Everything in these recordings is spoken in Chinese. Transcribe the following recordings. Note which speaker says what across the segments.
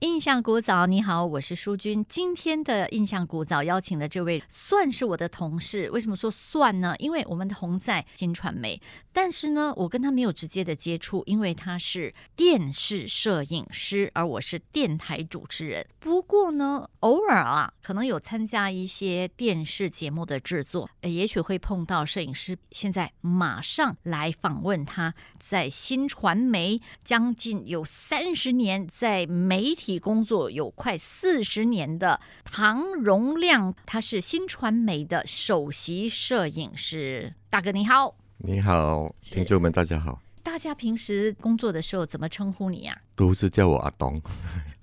Speaker 1: 印象古早，你好，我是淑君。今天的印象古早邀请的这位算是我的同事，为什么说算呢？因为我们同在新传媒，但是呢，我跟他没有直接的接触，因为他是电视摄影师，而我是电台主持人。不过呢，偶尔啊，可能有参加一些电视节目的制作，呃也许会碰到摄影师。现在马上来访问他，在新传媒将近有三十年，在媒体工作有快四十年的唐荣亮，他是新传媒的首席摄影师。大哥你好，
Speaker 2: 你好，
Speaker 1: 是
Speaker 2: 听众们，大家好，
Speaker 1: 大家平时工作的时候怎么称呼你 呀、
Speaker 2: 都是叫我阿东。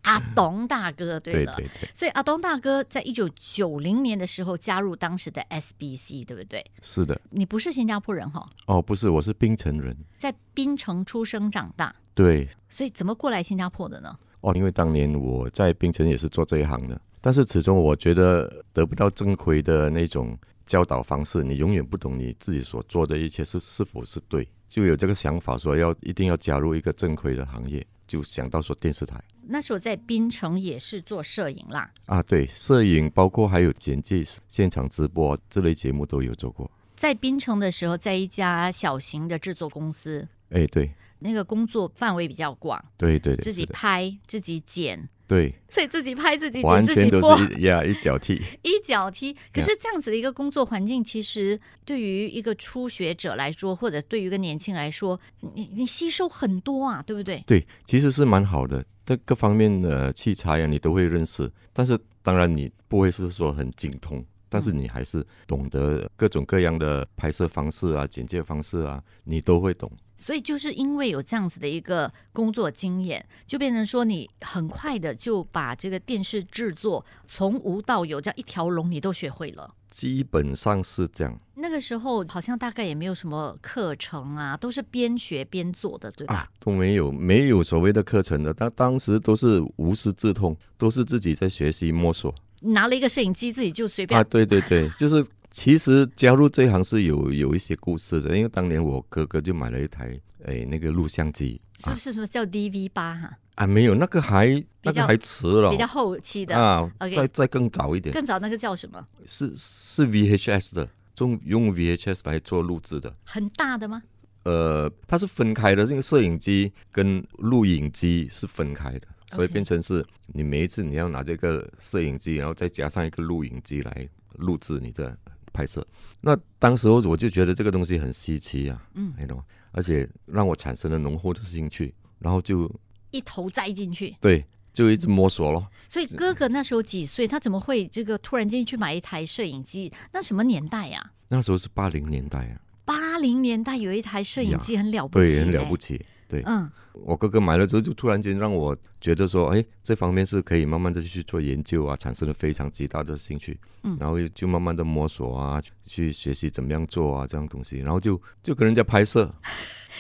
Speaker 1: 阿董大哥，对
Speaker 2: 对
Speaker 1: 了，
Speaker 2: 对对，
Speaker 1: 所以阿东大哥在一九九零年的时候加入当时的 SBC，对不对？
Speaker 2: 是的。
Speaker 1: 你不是新加坡人哈、
Speaker 2: 哦，不是，我是槟城人。
Speaker 1: 在槟城出生长大，
Speaker 2: 对，
Speaker 1: 所以怎么过来新加坡的呢？
Speaker 2: 哦，因为当年我在槟城也是做这一行的，但是始终我觉得得不到正规的那种教导方式，你永远不懂你自己所做的一切是是否是对，就有这个想法说要一定要加入一个正规的行业，就想到说电视台
Speaker 1: 那时候在槟城也是做摄影啦，
Speaker 2: 啊，对，摄影包括还有剪辑、现场直播这类节目都有做过。
Speaker 1: 在槟城的时候，在一家小型的制作公司，
Speaker 2: 哎，对
Speaker 1: 那个工作范围比较广，
Speaker 2: 对对对，
Speaker 1: 自己
Speaker 2: 是的
Speaker 1: 拍自己剪，
Speaker 2: 对，
Speaker 1: 所以自己拍自己剪
Speaker 2: 完
Speaker 1: 自己
Speaker 2: 全都
Speaker 1: 播，
Speaker 2: 是一呀一脚踢。
Speaker 1: 一脚踢。可是这样子的一个工作环境，其实对于一个初学者来说，或者对于一个年轻来说，你你吸收很多啊，对不对？
Speaker 2: 对，其实是蛮好的，这各方面的器材啊呀、你都会认识。但是当然你不会是说很精通，但
Speaker 1: 嗯
Speaker 2: 是你还是懂得各种各样的拍摄方式啊、剪接方式啊，你都会懂。
Speaker 1: 所以就是因为有这样子的一个工作经验，就变成说你很快的就把这个电视制作从无到有这样一条龙你都学会了。
Speaker 2: 基本上是这样
Speaker 1: 那个时候好像大概也没有什么课程啊，都是边学边做的，对吧？
Speaker 2: 啊，都没有没有所谓的课程的，但当时都是无师自通，都是自己在学习摸索
Speaker 1: 拿了一个摄影机自己就随便、
Speaker 2: 啊。对对对，就是其实加入这一行是有有一些故事的，因为当年我哥哥就买了一台哎那个录像机
Speaker 1: 是不是什么叫 DV 八哈、
Speaker 2: 啊，没有那个还那
Speaker 1: 较
Speaker 2: 个还迟了，
Speaker 1: 比较后期的，
Speaker 2: 哦啊
Speaker 1: OK
Speaker 2: 再再更早一点，
Speaker 1: 更早那个叫什么？
Speaker 2: 是是 VHS 的，用用 VHS 来做录制的。
Speaker 1: 很大的吗？
Speaker 2: 呃，它是分开的，这个摄影机跟录影机是分开的，所以
Speaker 1: OK
Speaker 2: 变成是你每一次你要拿这个摄影机，然后再加上一个录影机来录制你的拍摄。那当时候我就觉得这个东西很稀奇啊，
Speaker 1: 嗯，
Speaker 2: 你懂吗？而且让我产生了浓厚的兴趣，然后就
Speaker 1: 一头栽进去。
Speaker 2: 对，就一直摸索咯。
Speaker 1: 所以哥哥那时候几岁？他怎么会这个突然间去买一台摄影机？那什么年代呀、
Speaker 2: 那时候是八零年代啊，
Speaker 1: 八零年代有一台摄影机很了不起、
Speaker 2: 对，很了不。起。对，
Speaker 1: 嗯，
Speaker 2: 我哥哥买了之后，就突然间让我觉得说，哎，这方面是可以慢慢的去做研究啊，产生了非常极大的兴趣。
Speaker 1: 嗯
Speaker 2: 然后就慢慢的摸索啊，去学习怎么样做啊，这样东西，然后就就跟人家拍摄，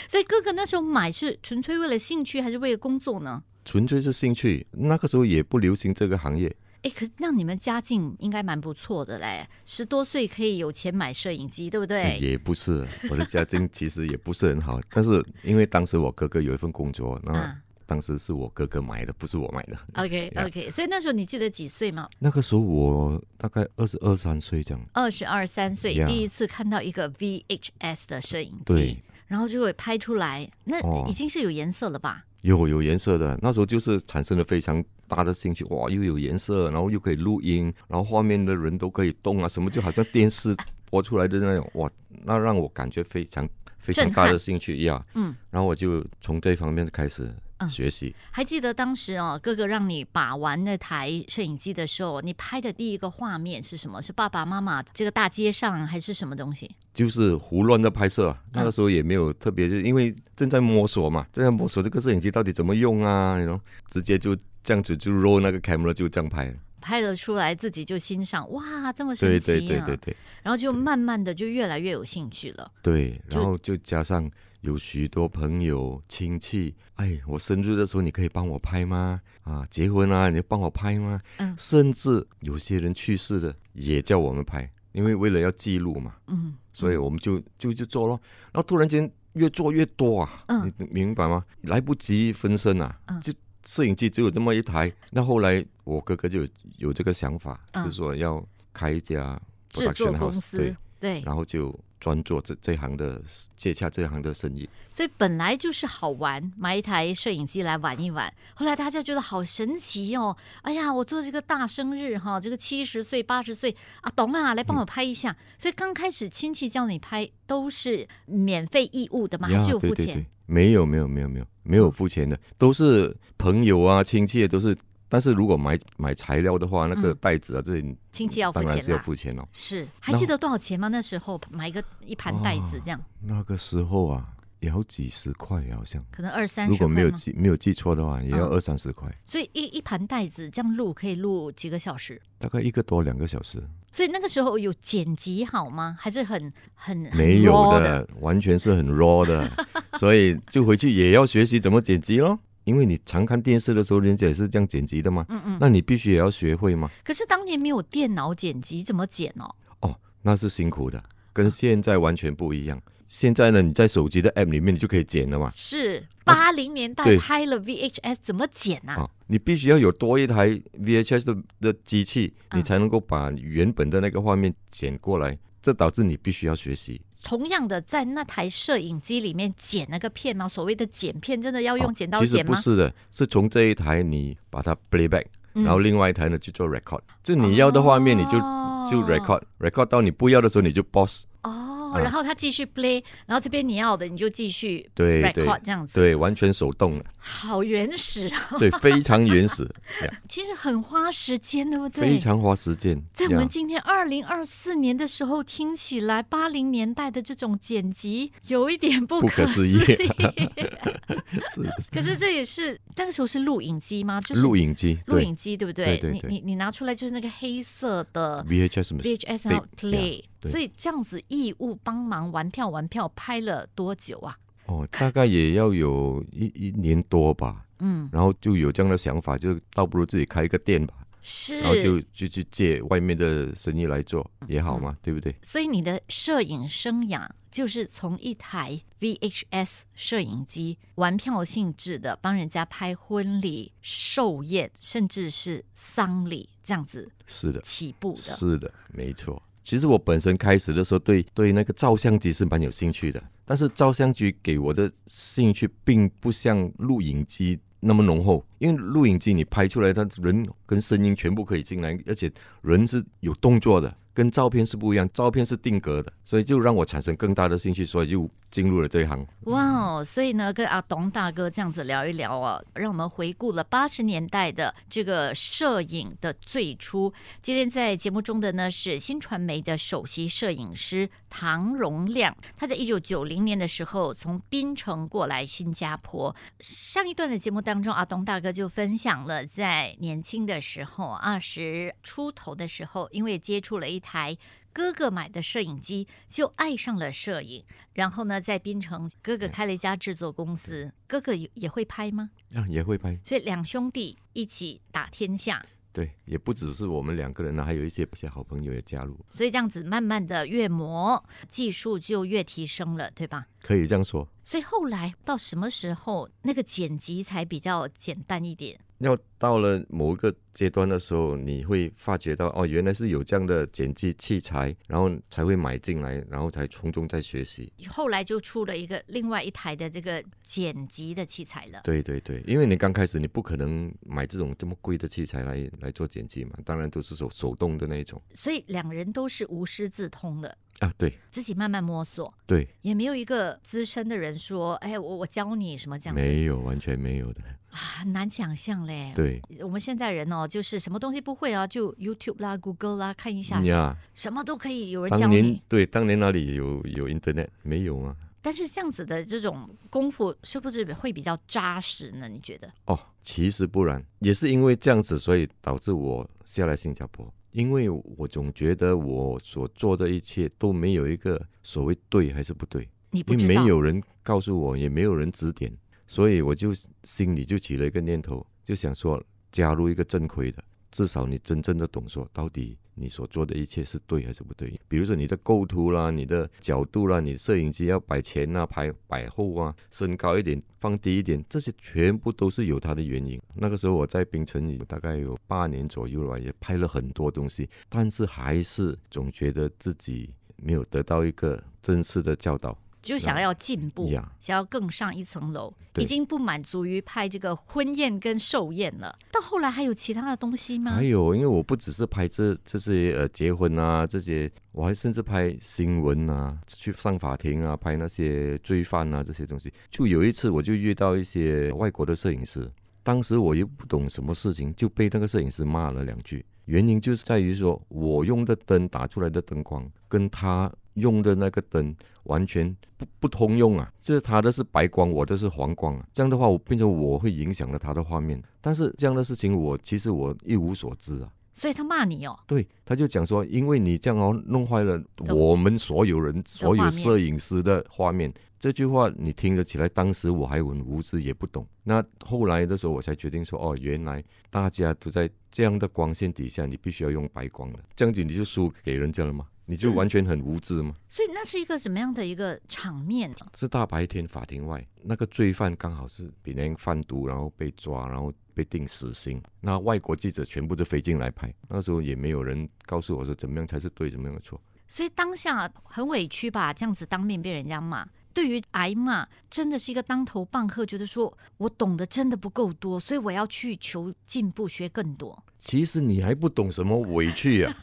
Speaker 1: 所以哥哥那时候买是纯粹为了兴趣，还是为了工作呢？
Speaker 2: 纯粹是兴趣。那个时候也不流行这个行业，
Speaker 1: 哎，可是那你们家境应该蛮不错的嘞，十多岁可以有钱买摄影机，对不对？
Speaker 2: 哎也不是我的家境其实也不是很好，但是因为当时我哥哥有一份工作，那
Speaker 1: 啊
Speaker 2: 当时是我哥哥买的，不是我买的。
Speaker 1: ，OK OK，所以那时候你记得几岁吗？
Speaker 2: 那个时候我大概二十二三岁这样，
Speaker 1: 二十二三岁
Speaker 2: Yeah
Speaker 1: 第一次看到一个 VHS 的摄影
Speaker 2: 对
Speaker 1: 机，，然后就会拍出来，那
Speaker 2: 哦
Speaker 1: 已经是有颜色了吧？
Speaker 2: 有有颜色的，那时候就是产生了非常大的兴趣，哇，又有颜色，然后又可以录音，然后画面的人都可以动啊，什么就好像电视播出来的那种，哇，那让我感觉非常非常
Speaker 1: 震撼
Speaker 2: 大的兴趣呀。
Speaker 1: 嗯，
Speaker 2: 然后我就从这方面开始
Speaker 1: 嗯
Speaker 2: 学习，
Speaker 1: 还记得当时哦，哥哥让你把玩那台摄影机的时候，你拍的第一个画面是什么？是爸爸妈妈这个大街上还是什么东西？
Speaker 2: 就是胡乱的拍摄啊。那个时候也没有特别，就是因为正在摸索嘛，正在摸索这个摄影机到底怎么用啊，然后直接就这样子就 roll 那个 camera 就这样拍了。
Speaker 1: 拍了出来，自己就欣赏，哇，这么神
Speaker 2: 对
Speaker 1: 奇啊！
Speaker 2: 对对对对。
Speaker 1: 然后就慢慢的就越来越有兴趣了。
Speaker 2: 对，
Speaker 1: 就
Speaker 2: 然后就加上有许多朋友亲戚，哎，我生日的时候你可以帮我拍吗？啊，结婚啊，你就帮我拍吗？
Speaker 1: 嗯
Speaker 2: 甚至有些人去世的也叫我们拍，因为为了要记录嘛，
Speaker 1: 嗯，
Speaker 2: 所以我们就就就做咯。然后突然间越做越多啊，
Speaker 1: 嗯
Speaker 2: 你你明白吗？来不及分身啊，
Speaker 1: 嗯
Speaker 2: 就摄影机只有这么一台。那后来我哥哥就有有这个想法，
Speaker 1: 嗯
Speaker 2: 就是说要开一家
Speaker 1: 制作
Speaker 2: production
Speaker 1: 公
Speaker 2: house，对
Speaker 1: 司，对，
Speaker 2: 然后就专做这这行的接洽这行的生意。
Speaker 1: 所以本来就是好玩，买一台摄影机来玩一玩。后来大家觉得好神奇哦，哎呀，我做这个大生日哈，这个七十岁、八十岁啊，懂啊，来帮我拍一下。所以刚开始亲戚叫你拍都是免费义务的吗？还
Speaker 2: 呀
Speaker 1: 是有付
Speaker 2: 对对
Speaker 1: 钱嗯
Speaker 2: 对？，没有没有没有没有没有付钱的，都是朋友啊亲戚都是。但是如果买买材料的话，那个
Speaker 1: 嗯
Speaker 2: 袋子啊，这些
Speaker 1: 亲戚要付
Speaker 2: 当然是
Speaker 1: 钱
Speaker 2: 要
Speaker 1: 啦。
Speaker 2: 付钱哦。
Speaker 1: 是，还
Speaker 2: 然
Speaker 1: 记
Speaker 2: 后
Speaker 1: 得多少钱吗？那时候买一个一盘袋子
Speaker 2: 哦
Speaker 1: 这样，
Speaker 2: 那个时候啊，也要几十块，啊好像
Speaker 1: 可能二三
Speaker 2: 如
Speaker 1: 十块
Speaker 2: 果没有
Speaker 1: 吗？
Speaker 2: 记没有记错的话，也要
Speaker 1: 嗯
Speaker 2: 二三十块，
Speaker 1: 所以一一盘袋子这样录可以录几个小时。
Speaker 2: 大概一个多两个小时，
Speaker 1: 所以那个时候有剪辑好吗？还是很很很
Speaker 2: 没有
Speaker 1: raw 的
Speaker 2: 的，完全是很 raw 的，所以就回去也要学习怎么剪辑咯。因为你常看电视的时候，人家也是这样剪辑的嘛，
Speaker 1: 嗯嗯。
Speaker 2: 那你必须也要学会嘛。
Speaker 1: 可是当年没有电脑剪辑，怎么剪哦？
Speaker 2: 哦，那是辛苦的，跟现在完全不一样。现在呢，你在手机的 app 里面你就可以剪了嘛。
Speaker 1: 是
Speaker 2: 那
Speaker 1: 八零年代
Speaker 2: 啊对
Speaker 1: 拍了 VHS，怎么剪啊？
Speaker 2: 啊，你必须要有多一台 VHS 的的机器，你
Speaker 1: 嗯
Speaker 2: 才能够把原本的那个画面剪过来。这导致你必须要学习。
Speaker 1: 同样的，在那台摄影机里面剪那个片吗？所谓的剪片，真的要
Speaker 2: 哦
Speaker 1: 用剪刀
Speaker 2: 其实
Speaker 1: 剪
Speaker 2: 不
Speaker 1: 吗？
Speaker 2: 是的，是从这一台你把它 playback，、
Speaker 1: 嗯
Speaker 2: 然后另外一台呢去做 record。就你要的画面你就、就
Speaker 1: 哦
Speaker 2: record record 到你不要的时候你就 pause。
Speaker 1: 哦，
Speaker 2: 啊
Speaker 1: 然后他继续 play，然后这边你要的你就继续
Speaker 2: 对
Speaker 1: record
Speaker 2: 对
Speaker 1: 这样子，
Speaker 2: 对，完全手动的，
Speaker 1: 好原始啊！
Speaker 2: 对，非常原 始，呀
Speaker 1: 其实很花时间，对不对？
Speaker 2: 非常花时间。
Speaker 1: 在我
Speaker 2: 呀
Speaker 1: 们今天二零二四年的时候，听起来八零年代的这种剪辑有一点不
Speaker 2: 不
Speaker 1: 可
Speaker 2: 可
Speaker 1: 思
Speaker 2: 思
Speaker 1: 议
Speaker 2: 议。 是
Speaker 1: 可是这也是那个时候是录影机吗？就是
Speaker 2: 录影机，
Speaker 1: 录
Speaker 2: 对
Speaker 1: 影机，对不对？
Speaker 2: 对对对
Speaker 1: 你你你拿出来就是那个黑色的
Speaker 2: VHS 嘛
Speaker 1: VHS，
Speaker 2: 对
Speaker 1: 然后啊 play，、
Speaker 2: 对
Speaker 1: 所以这样子义务帮忙玩票玩票拍了多久啊？
Speaker 2: 哦，大概也要有一一年多吧，
Speaker 1: 嗯，
Speaker 2: 然后就有这样的想法，就倒不如自己开一个店吧，
Speaker 1: 是
Speaker 2: 然后就就去借外面的生意来做也好
Speaker 1: 嗯
Speaker 2: 嘛，对不对？
Speaker 1: 所以你的摄影生涯就是从一台 VHS 摄影机玩票性质的帮人家拍婚礼、寿宴，甚至是丧礼这样子
Speaker 2: 是的，
Speaker 1: 起步的。
Speaker 2: 是的，没错。其实我本身开始的时候对对那个照相机是蛮有兴趣的，但是照相机给我的兴趣并不像录影机那么浓厚，因为录影机你拍出来，它人跟声音全部可以进来，而且人是有动作的，跟照片是不一样，照片是定格的，所以就让我产生更大的兴趣，所以就进入了这一行。
Speaker 1: 哇哦！所以呢，跟阿董大哥这样子聊一聊哦，让我们回顾了八十年代的这个摄影的最初。今天在节目中的呢是新传媒的首席摄影师唐荣亮，他在一九九零年的时候从槟城过来新加坡。上一段的节目当中，阿东大哥就分享了在年轻的时候，二十出头的时候，因为接触了一台。哥哥买的摄影机就爱上了摄影，然后呢，在槟城，哥哥开了一家制作公司，哥哥也也会拍吗？
Speaker 2: 啊，也会拍，
Speaker 1: 所以两兄弟一起打天下，
Speaker 2: 对，也不只是我们两个人呢，还有一些一些好朋友也加入，
Speaker 1: 所以这样子慢慢的越磨，技术就越提升了，对吧？
Speaker 2: 可以这样说。
Speaker 1: 所以后来到什么时候那个剪辑才比较简单一点？
Speaker 2: 要到了某一个阶段的时候，你会发觉到哦，原来是有这样的剪辑器材，然后才会买进来，然后才从中再学习。
Speaker 1: 后来就出了一个另外一台的这个剪辑的器材了。
Speaker 2: 对对对，因为你刚开始你不可能买这种这么贵的器材来来做剪辑嘛，当然都是手手动的那一种
Speaker 1: 所以两人都是无师自通的，
Speaker 2: 啊。对
Speaker 1: 自己慢慢摸索，
Speaker 2: 对，
Speaker 1: 也没有一个资深的人说：“哎，我我教你什么这样子
Speaker 2: 没有完全没有的，
Speaker 1: 啊，很难想象嘞。
Speaker 2: 对
Speaker 1: 我们现在人哦，就是什么东西不会啊，就 YouTube 啦、Google 啦看一下，
Speaker 2: 呀。
Speaker 1: 什么都可以有人教
Speaker 2: 嗯当年
Speaker 1: 你。
Speaker 2: 对当年哪里有有 Internet 没有啊？
Speaker 1: 但是这样子的这种功夫，是不是会比较扎实呢？你觉得？
Speaker 2: 哦，其实不然，也是因为这样子，所以导致我下来新加坡。因为我总觉得我所做的一切都没有一个所谓对还是不对，
Speaker 1: 你不
Speaker 2: 因为
Speaker 1: 知道
Speaker 2: 没有人告诉我，也没有人指点，所以我就心里就起了一个念头，就想说加入一个正规的，至少你真正的懂说到底你所做的一切是对还是不对。比如说你的构图啦、你的角度啦、你摄影机要摆前啊、摆摆后啊、升高一点、放低一点，这些全部都是有它的原因。那个时候我在冰城里大概有八年左右了吧，也拍了很多东西，但是还是总觉得自己没有得到一个正式的教导。
Speaker 1: 就想要进步，
Speaker 2: 啊呀
Speaker 1: 想要更上一层楼，
Speaker 2: 对
Speaker 1: 已经不满足于拍这个婚宴跟寿宴了。到后来还有其他的东西吗
Speaker 2: 还？有，因为我不只是拍这这些呃结婚啊这些，我还甚至拍新闻啊，去上法庭啊，拍那些罪犯啊这些东西。就有一次我就遇到一些外国的摄影师，当时我又不懂什么事情，就被那个摄影师骂了两句。原因就是在于说我用的灯打出来的灯光跟他用的那个灯完全不不通用啊，这他的是白光，我的是黄光啊。这样的话，我变成我会影响了他的画面。但是这样的事情我，其实我一无所知啊。
Speaker 1: 所以他骂你哦，
Speaker 2: 对，他就讲说，因为你这样哦，弄坏了
Speaker 1: 的
Speaker 2: 我们所有人、所
Speaker 1: 画
Speaker 2: 有
Speaker 1: 面
Speaker 2: 摄影师的画面。这句话你听得起来，当时我还很无知，也不懂。那后来的时候，我才决定说，哦，原来大家都在这样的光线底下，你必须要用白光了，这样子你就输给人家了吗？你就
Speaker 1: 嗯
Speaker 2: 完全很无知吗？
Speaker 1: 所以那是一个什么样的一个场面？
Speaker 2: 是大白天法庭外，那个罪犯刚好是比那贩毒，然后被抓，然后被定死刑。那外国记者全部都飞进来拍，那时候也没有人告诉我说怎么样才是对，怎么样的错。
Speaker 1: 所以当下很委屈吧，这样子当面被人家骂。对于挨骂，真的是一个当头棒喝，觉得说我懂得真的不够多，所以我要去求进步，学更多，
Speaker 2: 其实你还不懂什么委屈啊！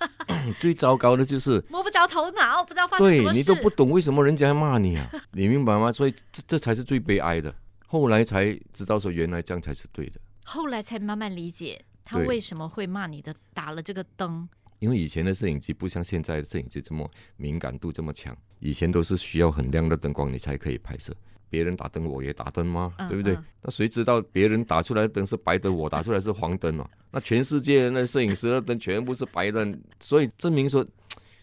Speaker 2: 最糟糕的就是，
Speaker 1: 摸不着头脑，不知道发生什
Speaker 2: 对
Speaker 1: 啊么事。
Speaker 2: 你都不懂为什么人家骂你啊，你明白吗？所以这这才是最悲哀的。后来才知道说，原来这样才是对的。
Speaker 1: 后来才慢慢理解他
Speaker 2: 对
Speaker 1: 为什么会骂你的，打了这个灯。
Speaker 2: 因为以前的摄影机不像现在的摄影机这么敏感度这么强，以前都是需要很亮的灯光你才可以拍摄。别人打灯我也打灯吗？
Speaker 1: 嗯
Speaker 2: 对不对？
Speaker 1: 嗯
Speaker 2: 那谁知道别人打出来的灯是白灯，我打出来是黄灯哦？那全世界那摄影师的灯全部是白灯，所以证明说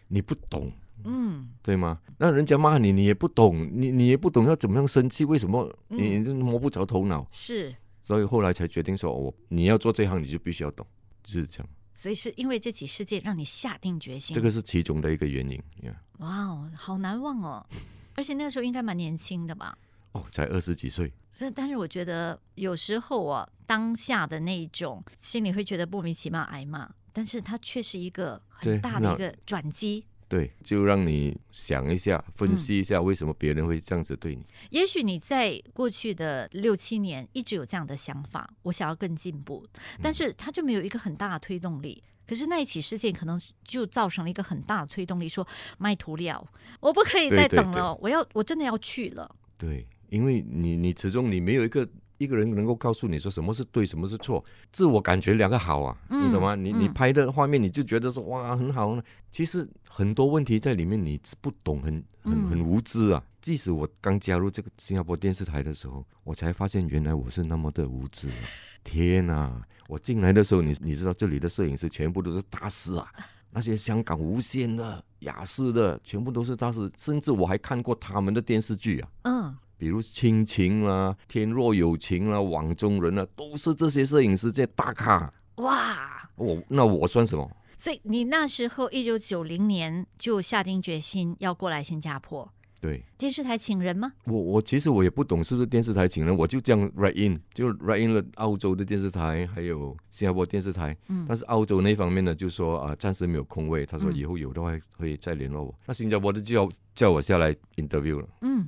Speaker 2: 你不懂，
Speaker 1: 嗯，
Speaker 2: 对吗？那人家骂你，你也不懂，你你也不懂要怎么样生气，为什么你你就摸不着头脑？
Speaker 1: 是，
Speaker 2: 所以后来才决定说，我你要做这行，你就必须要懂，就是这样。
Speaker 1: 所以是因为这起事件让你下定决心。
Speaker 2: 这个是其中的一个原因。Yeah
Speaker 1: 哇哦，好难忘哦！而且那个时候应该蛮年轻的吧？
Speaker 2: 哦，才二十几岁，
Speaker 1: 但但是我觉得有时候啊，当下的那一种心里会觉得莫名其妙挨骂，但是它却是一个很
Speaker 2: 对
Speaker 1: 大的
Speaker 2: 那
Speaker 1: 一个转机。
Speaker 2: 对，就让你想一下，分析一下为什么别人会这样子对你。
Speaker 1: 也许你在过去的六七年一直有这样的想法，我想要更进步，
Speaker 2: 嗯
Speaker 1: 但是它就没有一个很大的推动力。可是那一起事件可能就造成了一个很大的推动力，说卖涂料，我不可以
Speaker 2: 对
Speaker 1: 再
Speaker 2: 对
Speaker 1: 等了，我要我真的要去了。
Speaker 2: 对，因为你你始终你没有一个一个人能够告诉你说什么是对，什么是错，自我感觉良好啊，
Speaker 1: 嗯
Speaker 2: 你懂吗？你你
Speaker 1: 嗯
Speaker 2: 拍的画面你就觉得说哇很好呢，啊其实很多问题在里面你是不懂，很
Speaker 1: 嗯
Speaker 2: 很很无知啊。即使我刚加入这个新加坡电视台的时候，我才发现原来我是那么的无知、啊。天哪！我进来的时候，你你知道这里的摄影师全部都是大师啊，那些香港无线的、雅士的，全部都是大师，甚至我还看过他们的电视剧啊。
Speaker 1: 嗯，
Speaker 2: 比如亲情啦、天若有情啦、网中人啦，都是这些摄影师这些大咖。
Speaker 1: 哇！
Speaker 2: 我那我算什么？
Speaker 1: 所以你那时候一九九零年就下定决心要过来新加坡，
Speaker 2: 对
Speaker 1: 电视台请人吗？
Speaker 2: 我，我其实我也不懂是不是电视台请人，我就这样 write in，就 write in 了澳洲的电视台，还有新加坡电视台。
Speaker 1: 嗯
Speaker 2: 但是澳洲那方面呢，就说啊、暂时没有空位，他说
Speaker 1: 嗯
Speaker 2: 以后有的话会再联络我。那新加坡的就要叫我下来 interview 了。
Speaker 1: 嗯，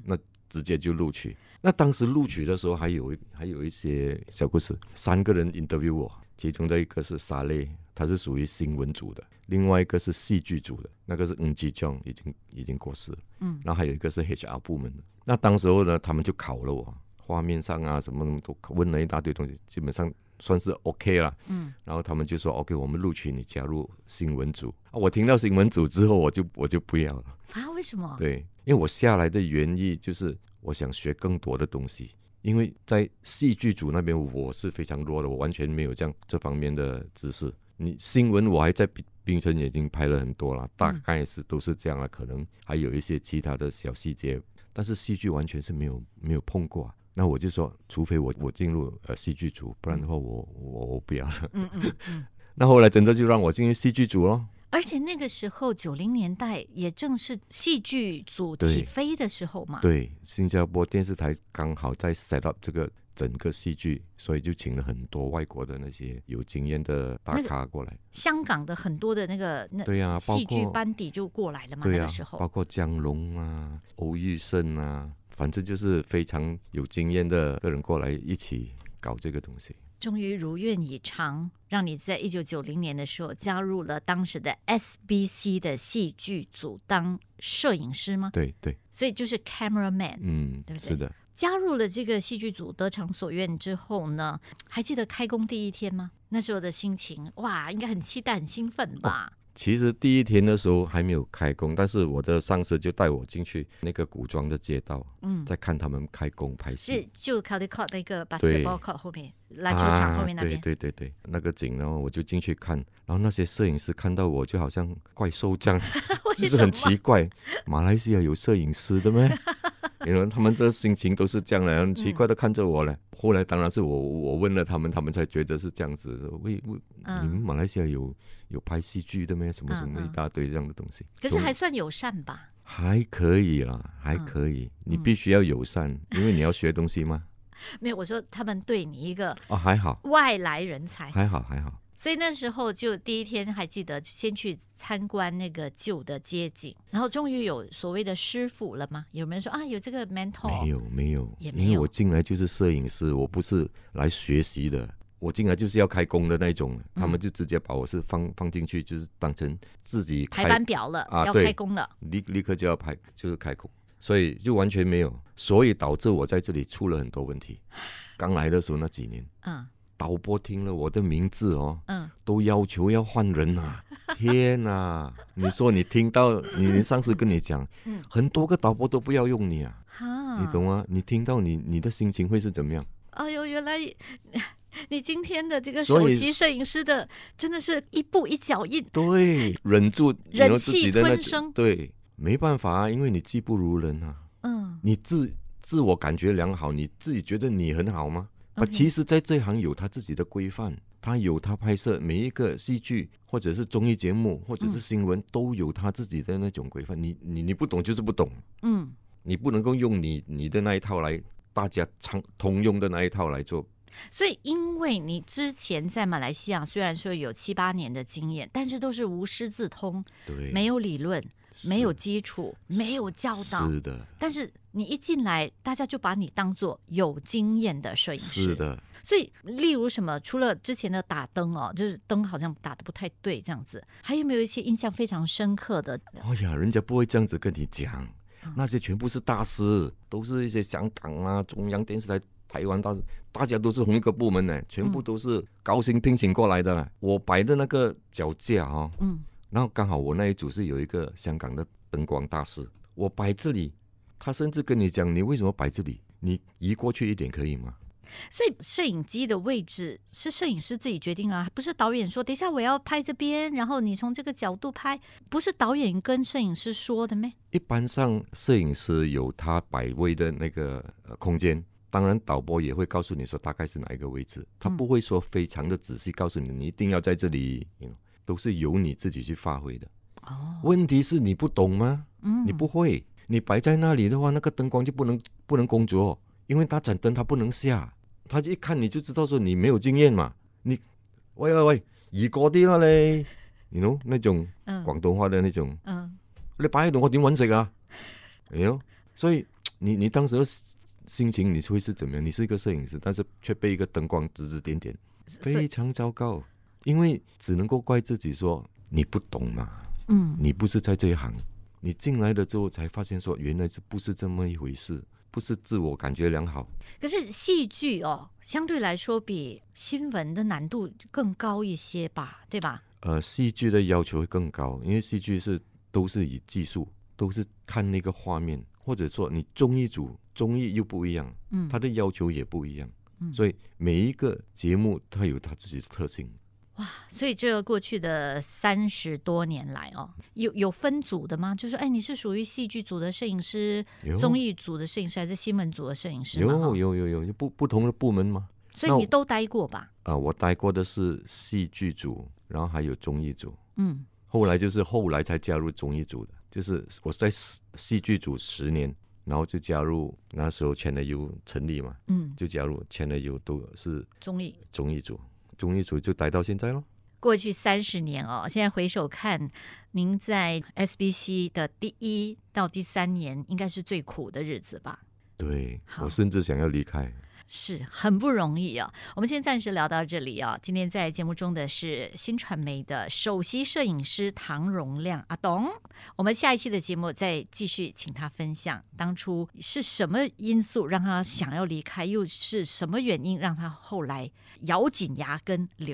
Speaker 2: 直接就录取。那当时录取的时候，还有一还有一些小故事。三个人 interview 我，其中的一个是沙雷，他是属于新闻组的；另外一个是戏剧组的，那个是嗯吉江，已经已经过世了。
Speaker 1: 嗯，
Speaker 2: 然后还有一个是 HR 部门的。那当时候呢，他们就考了我，画面上啊什么什么都问了一大堆东西，基本上算是 OK 了。
Speaker 1: 嗯，
Speaker 2: 然后他们就说 OK，我们录取你加入新闻组。啊，我听到新闻组之后，我就我就不要了。
Speaker 1: 啊，为什么？
Speaker 2: 对，因为我下来的原意就是我想学更多的东西，因为在戏剧组那边我是非常弱的，我完全没有这样这方面的知识。你新闻我还在槟槟城已经拍了很多了，大
Speaker 1: 嗯
Speaker 2: 概是都是这样了，可能还有一些其他的小细节，但是戏剧完全是没有没有碰过啊、那我就说，除非我我进入呃戏剧组，不然的话我我我不要了。
Speaker 1: 嗯嗯嗯，
Speaker 2: 那后来真的就让我进入戏剧组咯。
Speaker 1: 而且那个时候九零年代也正是戏剧组
Speaker 2: 对
Speaker 1: 起飞的时候嘛。
Speaker 2: 对，新加坡电视台刚好在 set up 这个整个戏剧，所以就请了很多外国的那些有经验的大
Speaker 1: 那个
Speaker 2: 咖过来。
Speaker 1: 香港的很多的那个那
Speaker 2: 对啊，包
Speaker 1: 戏剧
Speaker 2: 括
Speaker 1: 班底就过来了嘛，
Speaker 2: 对
Speaker 1: 那
Speaker 2: 啊
Speaker 1: 个时，
Speaker 2: 包
Speaker 1: 候。
Speaker 2: 括江龙啊、欧玉胜啊，反正就是非常有经验的个人过来一起搞这个东西。
Speaker 1: 终于如愿以偿，让你在一九九零年的时候加入了当时的 SBC 的戏剧组当摄影师吗？
Speaker 2: 对对，
Speaker 1: 所以就是 cameraman。
Speaker 2: 嗯，
Speaker 1: 对不对
Speaker 2: 是的，
Speaker 1: 加入了这个戏剧组得偿所愿之后呢，还记得开工第一天吗？那时候的心情，哇，应该很期待、很兴奋吧？
Speaker 2: 其实第一天的时候还没有开工，但是我的上司就带我进去那个古装的街道，
Speaker 1: 嗯，
Speaker 2: 在看他们开工拍戏。
Speaker 1: 是就 c a l d y Court 那个
Speaker 2: 对
Speaker 1: basketball court 后面篮球场后面那边
Speaker 2: 啊。，对对对对，那个景，然后我就进去看，然后那些摄影师看到我就好像怪兽这样，就
Speaker 1: 为
Speaker 2: 是
Speaker 1: 什么
Speaker 2: 很？奇怪，马来西亚有摄影师的咩？ 因为他们的心情都是这样的，很奇怪的看着我嘞。后来当然是我我问了他们，他们才觉得是这样子。为为、你们
Speaker 1: 嗯，
Speaker 2: 马来西亚有有拍戏剧的咩？什么什么
Speaker 1: 嗯
Speaker 2: 一
Speaker 1: 嗯
Speaker 2: 大堆这样的东西。
Speaker 1: 可是
Speaker 2: 总
Speaker 1: 还算友善吧？
Speaker 2: 还可以啦，还
Speaker 1: 嗯
Speaker 2: 可以。你
Speaker 1: 嗯
Speaker 2: 必须要友善，因为你要学东西嘛。
Speaker 1: 没有，我说他们对你一个
Speaker 2: 哦，还好，
Speaker 1: 外来人才，
Speaker 2: 还好，还好。
Speaker 1: 所以那时候就第一天还记得，先去参观那个旧的街景，然后终于有所谓的师傅了吗？有没有说啊，有这个 mentor？
Speaker 2: 没有没有，
Speaker 1: 也没
Speaker 2: 因为
Speaker 1: 有
Speaker 2: 我进来就是摄影师，我不是来学习的，我进来就是要开工的那种，
Speaker 1: 嗯
Speaker 2: 他们就直接把我是放放进去，就是当成自己
Speaker 1: 排
Speaker 2: 开，
Speaker 1: 班表了，
Speaker 2: 啊
Speaker 1: 要
Speaker 2: 对
Speaker 1: 开工了。
Speaker 2: 立立刻就要排，就是开工，所以就完全没有，所以导致我在这里出了很多问 题。刚来的时候那几年，
Speaker 1: 嗯
Speaker 2: 导播听了我的名字哦，
Speaker 1: 嗯，
Speaker 2: 都要求要换 人啊！天哪、你说你听到你你上司跟你讲
Speaker 1: 嗯，
Speaker 2: 很多个导播都不要用你啊，
Speaker 1: 哈，
Speaker 2: 你懂吗？你听到你你的心情会是怎么样？
Speaker 1: 哎呦，原来 你今天的这个
Speaker 2: 所
Speaker 1: 首
Speaker 2: 以
Speaker 1: 席摄影师的真的是一步一脚印，
Speaker 2: 对，忍住，
Speaker 1: 忍
Speaker 2: 然后自
Speaker 1: 气
Speaker 2: 己的那
Speaker 1: 吞
Speaker 2: 种
Speaker 1: 声
Speaker 2: 对，没办法啊，因为你技不如人啊，
Speaker 1: 嗯，
Speaker 2: 你自自我感觉良好，你自己觉得你很好吗？啊，
Speaker 1: OK
Speaker 2: 其实，在这行有他自己的规范，他有他拍摄每一个戏剧或者是综艺节目或
Speaker 1: 嗯
Speaker 2: 者是新闻、都有他自己的那种规范。你你你不懂就是不懂，
Speaker 1: 嗯，
Speaker 2: 你不能够用你你的那一套来大家常通用的那一套来做
Speaker 1: 所以因为你之前在马来西亚虽然说有七八年的经验，但是都是无师自通，
Speaker 2: 对，
Speaker 1: 没有理论，没
Speaker 2: 是
Speaker 1: 有基础，没有教导。
Speaker 2: 是的，
Speaker 1: 但是你一进来，大家就把你当做有经验的摄影师。
Speaker 2: 是。的。
Speaker 1: 所以，例如什么，除了之前的打灯哦，就是灯好像打的不太对这样子，还有没有一些印象非常深刻的？
Speaker 2: 哎呀，人家不会这样子跟你讲，那些全部是大师，都是一些香港啊、中央电视台、台湾大师，大家都是同一个部门呢，全部都是高薪聘请过来的啦。我摆的那个脚架哦，
Speaker 1: 嗯
Speaker 2: 然后刚好我那一组是有一个香港的灯光大师，我摆这里，他甚至跟你讲，你为什么摆这里？你移过去一点可以吗？
Speaker 1: 所以摄影机的位置是摄影师自己决定啊，不是导演说等一下我要拍这边，然后你从这个角度拍，不是导演跟摄影师说的咩？
Speaker 2: 一般上，摄影师有他摆位的那个呃空间，当然导播也会告诉你说大概是哪一个位置，他
Speaker 1: 嗯
Speaker 2: 不会说非常的仔细告诉你，你一定要在这里，you know，都是由你自己去发挥的。
Speaker 1: 哦，
Speaker 2: 问题是你不懂吗？
Speaker 1: 嗯
Speaker 2: 你不会，你摆在那里的话，那个灯光就不能不能工作，因为那盏灯它不能下，他一看你就知道说你没有经验嘛。你喂喂喂，移过啲啦你，you know 那种
Speaker 1: 嗯
Speaker 2: 广东话的那种。
Speaker 1: 嗯，
Speaker 2: 你摆喺度，我點揾食 啊？哎呦，所以你你当时的心情你会是怎么样？你是一个摄影师，但是却被一个灯光指指点点，
Speaker 1: 所
Speaker 2: 非
Speaker 1: 以
Speaker 2: 常糟糕。因为只能够怪自己说你不懂嘛，
Speaker 1: 嗯
Speaker 2: 你不是在这一行，你进来了之后才发现说原来这不是这么一回事，不是自我感觉良好。
Speaker 1: 可是戏剧哦，相对来说比新闻的难度更高一些吧，对吧？
Speaker 2: 呃，戏剧的要求会更高，因为戏剧是都是以技术，都是看那个画面，或者说你综艺组综艺又不一样，
Speaker 1: 嗯
Speaker 2: 它的要求也不一样，
Speaker 1: 嗯
Speaker 2: 所以每一个节目它有它自己的特性。
Speaker 1: 所以这过去的三十多年来哦，有有分组的吗？就是哎，你是属于戏剧组的摄影师、
Speaker 2: 有
Speaker 1: 综艺组的摄影师，还是新闻组的摄影师嘛？
Speaker 2: 有
Speaker 1: 哦
Speaker 2: 有有有不不同的部门吗？
Speaker 1: 所以
Speaker 2: 那
Speaker 1: 你
Speaker 2: 我
Speaker 1: 都待过吧？
Speaker 2: 啊、我待过的是戏剧组，然后还有综艺组，
Speaker 1: 嗯，
Speaker 2: 后来就是后来才加入综艺组的，就是我在戏戏剧组十年，然后就加入那时候 Channel U 成立嘛，
Speaker 1: 嗯，
Speaker 2: 就加入 Channel U 都是
Speaker 1: 综艺
Speaker 2: 综艺组，综艺组就待到现在咯。
Speaker 1: 过去三十年哦，现在回首看，您在 SBC 的第一到第三年应该是最苦的日子吧？
Speaker 2: 对
Speaker 1: 好
Speaker 2: 我甚至想要离开。
Speaker 1: 是很不容易啊。我们先暂时聊到这里啊。今天在节目中的是新传媒的首席摄影师唐荣亮阿董，我们下一期的节目再继续请他分享当初是什么因素让他想要离开，又是什么原因让他后来咬紧牙根留。